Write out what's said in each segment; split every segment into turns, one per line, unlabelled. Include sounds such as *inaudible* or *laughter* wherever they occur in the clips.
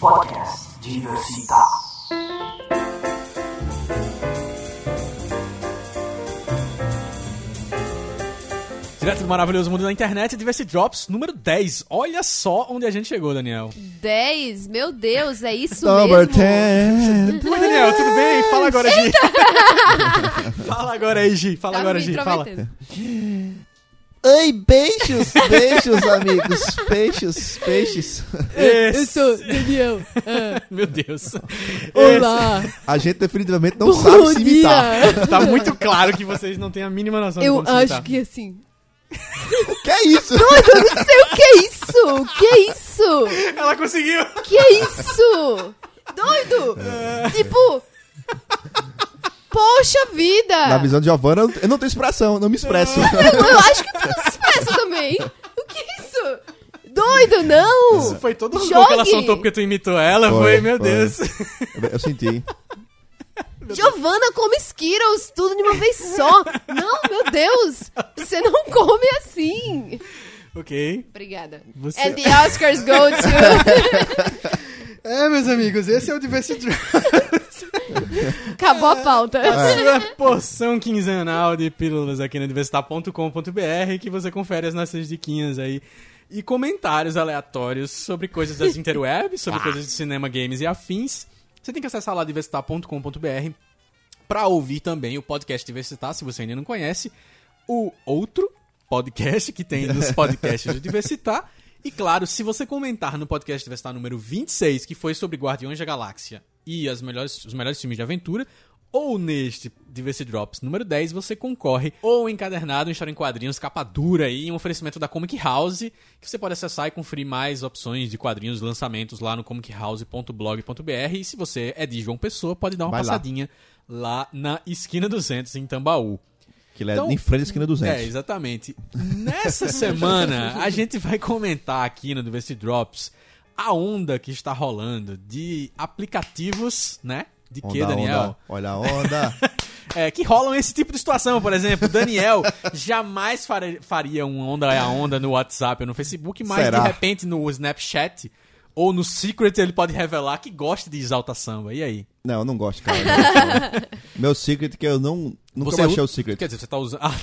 Podcast Diversità.
Direto do maravilhoso mundo da internet, Diversity Drops número 10. Olha só onde a gente chegou, Daniel.
10, meu Deus, é isso
Number
mesmo?
10.
Oi, Daniel, tudo bem? Fala agora, Gi. *laughs* fala agora aí, Gi. Fala
Tava
agora,
Tá me
Gi. Fala.
intrometendo.
Ei, beijos, beijos, amigos. Peixes, peixes.
Eu
Esse...
sou Daniel. Ah,
Meu Deus.
olá.
A gente definitivamente não sabe se imitar.
Esse- Tá muito claro que vocês não têm a mínima noção de
Eu
como se
acho
imitar.
que assim.
Que é isso?
Eu não sei o que é isso! Que é isso?
Ela conseguiu.
*laughs* Que é isso? Doido!
É.
Tipo. Poxa vida!
Na visão de Giovanna, eu não- eu não tenho expressão, não me expresso.
É.
Eu, eu acho que tu não se expressa também. O que é isso? Doido, não!
Isso foi todo o
Jogue.
que ela soltou porque tu imitou ela. Foi,
Foi,
meu
foi.
Deus. *laughs*
Eu senti.
Giovana come Skittles tudo de uma vez só. Não, meu Deus! Você não come assim!
ok.
Obrigada.
Você-
And the Oscars
*laughs*
go to.
É, meus amigos, esse é o Diversity Drops.
Acabou a pauta.
Sua porção É. quinzenal de pílulas aqui no universitar.com.br que você confere as nossas diquinhas aí e comentários aleatórios sobre coisas das interwebs, sobre coisas de cinema, games e afins. Você tem que acessar lá diversitar.com.br para ouvir também o podcast Diversitar, se você ainda não conhece, o outro podcast que tem
*laughs*
nos podcasts do Diversitar. E claro, se você comentar no podcast Diversitar número 26, que foi sobre Guardiões da Galáxia e as melhores, os melhores filmes de aventura, ou neste Diversity Drops número 10, você concorre ou encadernado, em história em quadrinhos, capa dura e um oferecimento da Comic House, que você pode acessar e conferir mais opções de quadrinhos, lançamentos lá no comichouse.blog.br. E se você é de João Pessoa, pode dar uma
Vai lá.
passadinha lá na esquina 200 em Tambaú.
Que ele é
Então-
em frente à esquina 200.
É, exatamente. Nessa semana,
*laughs*
a gente vai comentar aqui no Diversity Drops a onda que está rolando de aplicativos, né? De que,
Onda,
Daniel?
onda. Olha a onda.
É, que rolam esse tipo de situação, por exemplo. Daniel jamais fare- faria um onda é a onda no WhatsApp ou no Facebook, mas
Será?
de repente no Snapchat ou no Secret ele pode revelar que gosta de exalta samba. E aí?
Não, eu não gosto, cara. Meu secret que eu não. Nunca
Você
baixei
u-
o secret.
Quer dizer, você tá usando. *laughs*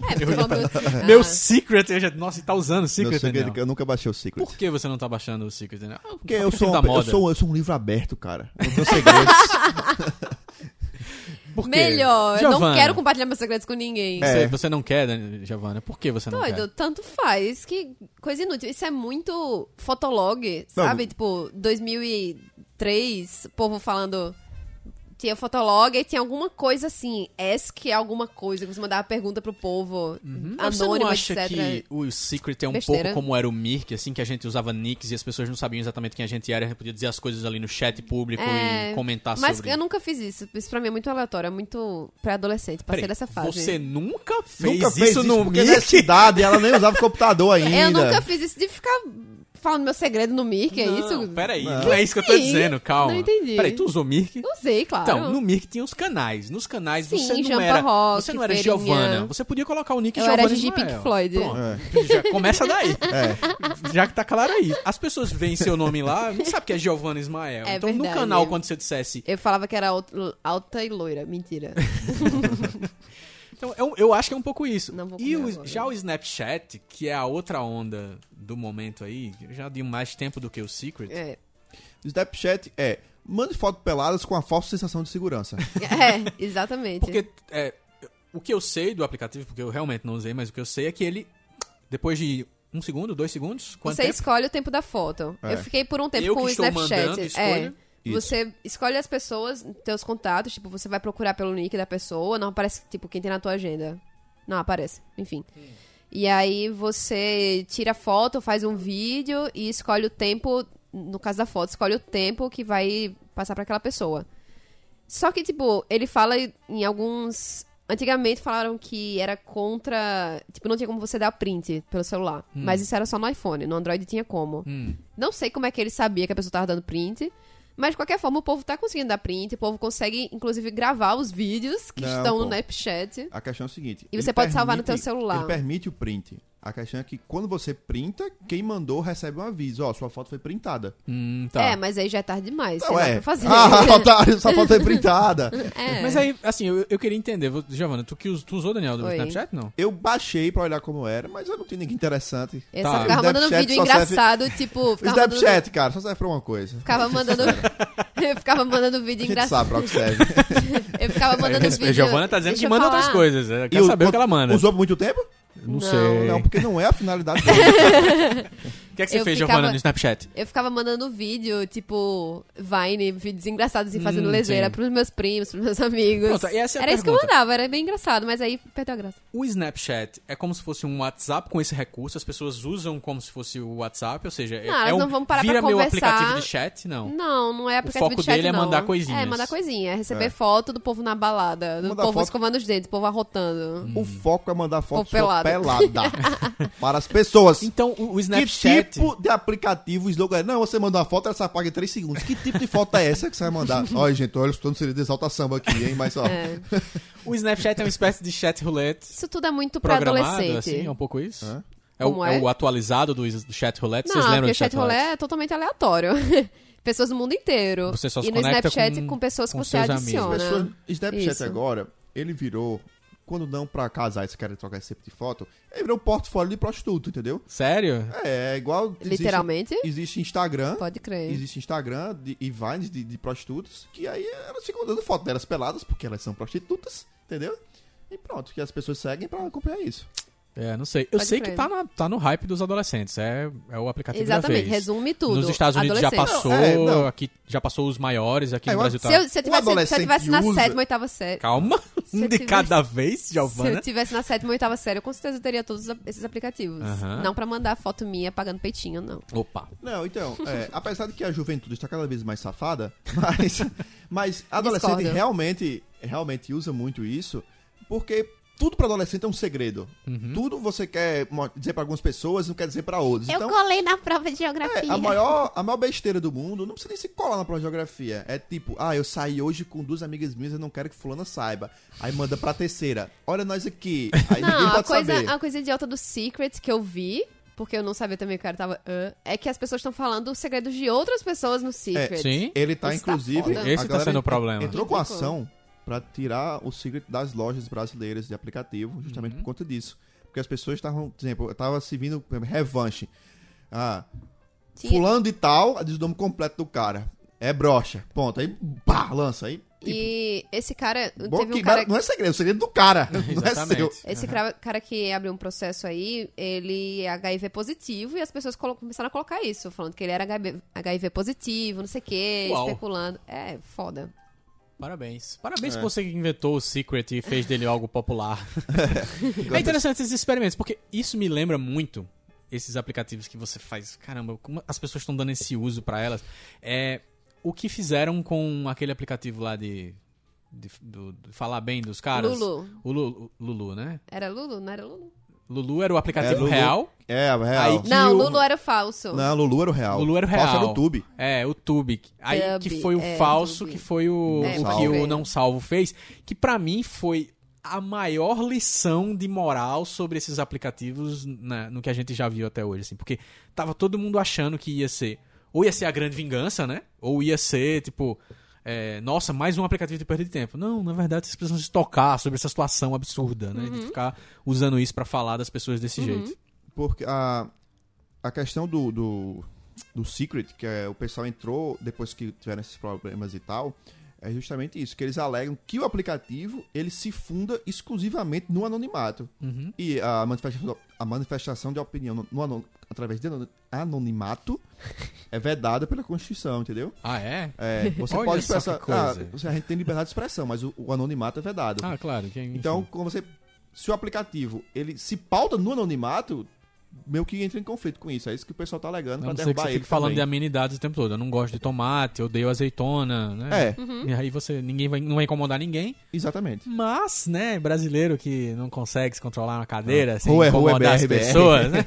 Ah,
É,
eu
porque
ia
falando
falar-
assim,
Meu
ah,
Secret, eu já... nossa, tá usando o Secret,
Meu secret
Daniel?
que eu nunca baixei o secret.
Por que você não tá baixando o Secret, Daniel? Ah,
Porque eu
prefiro
sou,
da
uma, eu,
moda.
sou, eu sou um livro aberto, cara. Não tenho segredos.
Por quê?
Melhor, eu não
Giovana,
quero compartilhar meus segredos com ninguém.
um- É.
Você, você não quer, Dan- Giovana? Por que você não
Doido, tanto faz, que coisa inútil. Isso é muito fotolog, sabe? Tipo, 2003, o povo falando. Tinha fotolog e tinha alguma coisa assim, ask alguma coisa, que você mandava pergunta pro povo,
quer? Uhum. Mas você não
anônima,
acha
etc.
que o Secret é um
Besteira.
pouco como era o Mirk, assim, que a gente usava nicks e as pessoas não sabiam exatamente quem a gente era, a gente podia dizer as coisas ali no chat público
É,
e comentar
Mas
tá sobre...
eu nunca fiz isso. Isso pra mim é muito aleatório, é muito pré-adolescente. Passei
Peraí,
dessa fase.
Você nunca fez,
nunca fez isso,
isso no
porque na
Mirk?
cidade ela nem usava computador ainda.
*laughs* Eu nunca fiz isso de ficar falando meu segredo no Mirk, é
não,
isso?
peraí,
Não.
não. é isso que eu tô
Sim,
dizendo, calma.
não entendi.
Peraí, tu usou Mirk?
Eu Usei, claro.
Então, no Mirk tinha os canais. Nos canais
Sim,
você não
Jampa
era.
Rock,
você não era
Feirinha.
Giovanna. Você podia colocar o nick
Eu
Giovanna.
era Gigi
Ismael.
Pink Floyd.
Pronto.
É.
Já começa daí.
É,
Já que tá claro aí. As pessoas veem seu nome lá, não sabe que é Giovanna Ismael.
É
então no
verdade.
canal, quando você dissesse.
Eu falava que era alta, alta e
*laughs*
loira. Mentira.
Então, eu, eu acho que é um pouco isso.
Não vou
e
comer
o-
agora.
já o Snapchat, que é a outra onda do momento aí, já deu mais tempo do que o Secret.
É.
Snapchat é. Mande foto peladas com a falsa sensação de segurança.
É, exatamente.
Porque é, o que eu sei do aplicativo, porque eu realmente não usei, mas o que eu sei é que ele, depois de um segundo, dois segundos, quanto
você
tempo?
escolhe o tempo da foto.
É.
Eu fiquei por um tempo
Eu
com
que
o
estou
Snapchat.
mandando,
é.
escolho.
Isso.
Você escolhe as pessoas, teus contatos, tipo, você vai procurar pelo nick da pessoa, não aparece, tipo, quem tem na tua agenda. Não aparece, enfim. E aí você tira a foto, faz um vídeo e escolhe o tempo, no caso da foto, escolhe o tempo que vai passar pra aquela pessoa. Só que, tipo, ele fala em alguns. Antigamente falaram que era contra. Tipo, não tinha como você dar print pelo celular. Mas isso era só no iPhone. No Android tinha como.
Hum.
Não sei como é que ele sabia que a pessoa tava dando print. Mas, de qualquer forma, o povo tá conseguindo dar print. O povo consegue, inclusive, gravar os vídeos que
Não,
estão no
pô.
Snapchat.
A questão é o seguinte.
E
ele
você pode salvar no
permite-
teu celular.
Ele permite o print. A questão é que quando você printa, quem mandou recebe um aviso. Ó, sua foto foi printada.
Hum, tá.
É, mas aí já é tarde demais.
Não,
sei lá
é.
pra fazer. *laughs*
Ah, *laughs* tá. otário, sua foto foi printada.
É.
Mas aí, assim, eu, eu queria entender. Vou- Giovana, tu, que us- tu usou, Daniel, do
Oi.
Snapchat? Não.
Eu baixei pra olhar como era, mas eu não tinha ninguém interessante.
Eu
Tá.
só ficava mandando
Snapchat
vídeo
só serve-
engraçado,
*laughs*
tipo.
O
Ficava mandando,
Snapchat, cara, só serve pra uma coisa.
ficava
*laughs*
mandando. *laughs* eu ficava mandando vídeo
A gente
engraçado.
sabe pra que serve.
Eu ficava
*laughs*
mandando vídeo.
A Giovana tá dizendo que
Deixa eu
manda outras
falar.
coisas. Ela *laughs* Quer
E o-
saber o que ela manda.
Usou por muito tempo?
Não,
Não.
sei.
Não, porque não é a
*laughs*
finalidade dele.
O que é que você
Eu
fez,
ficava-
Giovana, no Snapchat?
Eu ficava mandando vídeo, tipo, Vine, vídeos engraçados e fazendo
Hum,
lezeira
sim.
pros meus primos, pros meus amigos.
Pronto, e essa é a
era isso que eu
pergunta.
mandava, era bem engraçado, mas aí perdeu a graça.
O Snapchat é como se fosse um WhatsApp com esse recurso. As pessoas usam como se fosse o WhatsApp, ou seja,
Não,
é
elas
um,
não vão parar pra
vira meu
conversar.
aplicativo de chat, não.
Não, não é aplicativo
foco
de chat,
dele é
não.
mandar coisinhas.
É, mandar coisinha. É receber
É.
foto do povo na balada, do
Mandar
povo
foto.
escovando os dentes, do povo arrotando.
o foco é mandar foto
Ou
pelada.
pelado. *laughs*
para as pessoas.
Então, o, o
Que
Snapchat...
tipo de aplicativo o slogan é? Não, você manda uma foto, ela se apaga em 3 segundos. Que tipo de foto é essa que você
*laughs*
vai mandar? Olha, gente, olha, eu estou no seria de exalta samba aqui, hein? Mas ó.
É.
O Snapchat é uma espécie de chat roulette
Isso tudo é muito *laughs* pra
programado,
adolescente.
assim, é um pouco isso?
Hã?
É o,
Como
é
é?
o atualizado do, is- do chat roulette?
Não,
Vocês lembram do
porque o chat rolê é totalmente aleatório. *laughs* pessoas do mundo inteiro.
Você só se
e no
conecta
Snapchat
com-
com, pessoas
com
que você
seus amigos.
adiciona.
Pessoas, Snapchat
Isso.
agora, ele virou, quando não pra casais que querem trocar esse tipo de foto, ele virou um portfólio de prostituto, entendeu?
Sério?
É, é igual. existe-
Literalmente?
Existe Instagram.
Pode crer.
Existe Instagram de, e Vines de, de prostitutas, que aí elas ficam dando foto delas peladas, porque elas são prostitutas, entendeu? E pronto, que as pessoas seguem pra acompanhar isso.
É, não sei. Eu
Pode
sei
crer.
que tá, na- tá no hype dos adolescentes. É, é o aplicativo da
Exatamente,
vez.
resume tudo.
Nos Estados Unidos já
Adolescente.
passou,
Não, é, não.
aqui já passou os maiores, aqui
É,
no
eu-
Brasil tá.
Se eu, se eu tivesse,
Um
se eu
adolescente
tivesse na
usa-
sétima, oitava série.
Calma,
*laughs* Se eu
um de
tivesse-
cada vez,
Se eu
Giovana.
tivesse na sétima, oitava série, eu com certeza teria todos a- esses aplicativos.
Aham.
Não pra mandar foto minha pagando peitinho, não.
Opa.
Não, então, *laughs* é, apesar de que a juventude está cada vez mais safada, *laughs* mas, mas adolescente
Discordo.
realmente, realmente usa muito isso, porque tudo pra adolescente é um segredo. Tudo você quer mo- dizer pra algumas pessoas, não quer dizer pra outras. então,
colei na prova de geografia.
É, a maior, a maior besteira do mundo, não precisa nem se colar na prova de geografia. É tipo, ah, eu saí hoje com duas amigas minhas, eu não quero que fulana saiba. Aí manda pra terceira. Olha nós aqui. Aí ninguém
não, a
pode
coisa,
saber.
a coisa idiota do Secret que eu vi, porque eu não sabia também o cara tava. "Hã", é que as pessoas estão falando os segredos de outras pessoas no Secret.
Sim.
Ele tá,
Isso tá
inclusive.
foda.
a
Esse tá
galera
sendo o problema.
Entrou com a
Ridículo.
ação pra tirar o secret das lojas brasileiras de aplicativo, justamente
Uhum.
por conta disso. Porque as pessoas estavam, por exemplo, tava se vindo por exemplo, revanche. Ah,
Tinha-
fulano e tal, diz o nome completo do cara. É brocha. Ponto. Aí, pá, lança. Aí,
E esse cara.
Bom,
teve
que-
um cara.
Não é segredo, é segredo
*laughs*
do cara. não é
Exatamente.
seu.
Esse cara, cara que abriu um processo aí, ele é HIV positivo e as pessoas colo- começaram a colocar isso, falando que ele era HIV, positivo, não sei o quê,
Uau.
especulando. É, foda.
Parabéns. Parabéns
É.
por você que inventou o Secret e fez dele algo
*laughs*
popular. é interessante esses experimentos, porque isso me lembra muito esses aplicativos que você faz. Caramba, como as pessoas estão dando esse uso pra elas. É o que fizeram com aquele aplicativo lá de, de- do- de falar bem dos caras.
Lulu.
O Lu- Lulu, né?
Era Lulu? Não era Lulu?
Lulu era o aplicativo
É, Lulu.
real.
É, real.
Que
não,
o-
Lulu era o falso.
Não, Lulu era o real.
Lulu era o
Falso
real.
era o tube.
É, o Tube. Aí
Tube,
que foi o
é,
falso,
Tube.
que foi o,
É,
o
pode
que
crer.
o Não Salvo fez, que pra mim foi a maior lição de moral sobre esses aplicativos né, no que a gente já viu até hoje, assim, porque tava todo mundo achando que ia ser ou ia ser a grande vingança, né? Ou ia ser tipo é, nossa, mais um aplicativo de perda de tempo. Não, na verdade, vocês precisam se tocar sobre essa situação absurda, né? De ficar usando isso pra falar das pessoas desse jeito.
Porque a, a questão do, do, do Secret, que é, o pessoal entrou depois que tiveram esses problemas e tal, é justamente isso, que eles alegam que o aplicativo, ele se funda exclusivamente no anonimato.
Uhum.
E a manifestação, a manifestação de opinião no, no anon- através de anon-
*laughs*
anonimato é vedada pela Constituição, entendeu?
Ah, é?
É, você
Olha
pode
só que
expressar. Ah,
coisa.
você- a gente tem liberdade de expressão, mas o, o anonimato é vedado.
Ah, claro. que- enfim.
então, quando você. Se o aplicativo ele se pauta no anonimato, meio que entra em conflito com isso. É isso que o pessoal tá alegando
A
pra
não ser que
derrubar
você
ele.
fique falando de
também.
amenidades o tempo todo. Eu não gosto de tomate, eu odeio azeitona, né?
É,
E aí você ninguém vai, não vai incomodar ninguém.
exatamente.
Mas, né, brasileiro que não consegue se controlar uma cadeira sem
Ou é rua,
incomodar
é
as
*laughs* BR.
pessoas, né?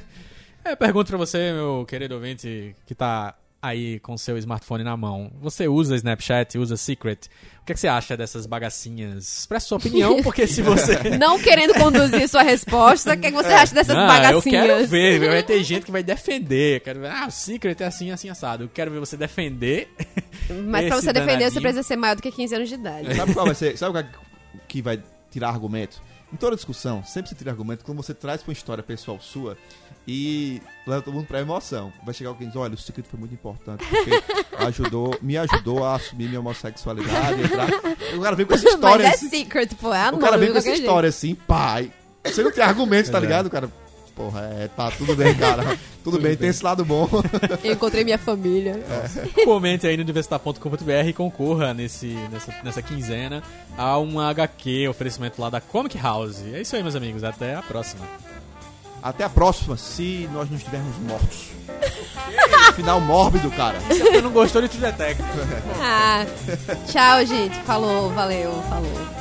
É, pergunto pra você, meu querido ouvinte, que tá aí com seu smartphone na mão, você usa Snapchat, usa Secret, o que, é que você acha dessas bagacinhas? Expressa sua *laughs* opinião, porque se você...
Não querendo conduzir sua resposta, o que, é que você acha dessas
Ah,
bagacinhas?
Eu quero ver, vai ter gente que vai defender. eu Quero ver, ah, o Secret é assim, assim, assado. Eu quero ver você defender.
Mas pra
esse
você defender, você
danadinho.
precisa ser maior do que 15 anos de idade.
Sabe qual vai ser? Sabe o que- é que vai tirar argumento? Em toda discussão, sempre se tira argumento quando você traz pra uma história pessoal sua e leva todo mundo pra emoção. Vai chegar alguém e diz, olha, o secreto foi muito importante porque ajudou, me ajudou a assumir minha homossexualidade. entrar." O cara vem com essa
*laughs*
história
Mas é
assim.
secret, pô, é
o
anônimo.
cara vem
de
com essa
qualquer jeito.
história assim, pai. Você não tem argumento, tá
É.
ligado, cara? Porra, é, tá tudo bem, cara. Tudo, bem, tem esse lado bom.
Eu encontrei minha família.
*laughs* Comente aí no diversitar.com.br e concorra nesse, nessa, nessa quinzena a um HQ, oferecimento lá da Comic House. É isso aí, meus amigos. Até a próxima.
Até a próxima, se nós não estivermos mortos. *laughs* é Final mórbido, cara.
Se você não gostou de True Detective.
Ah, tchau, gente. Falou, valeu, falou.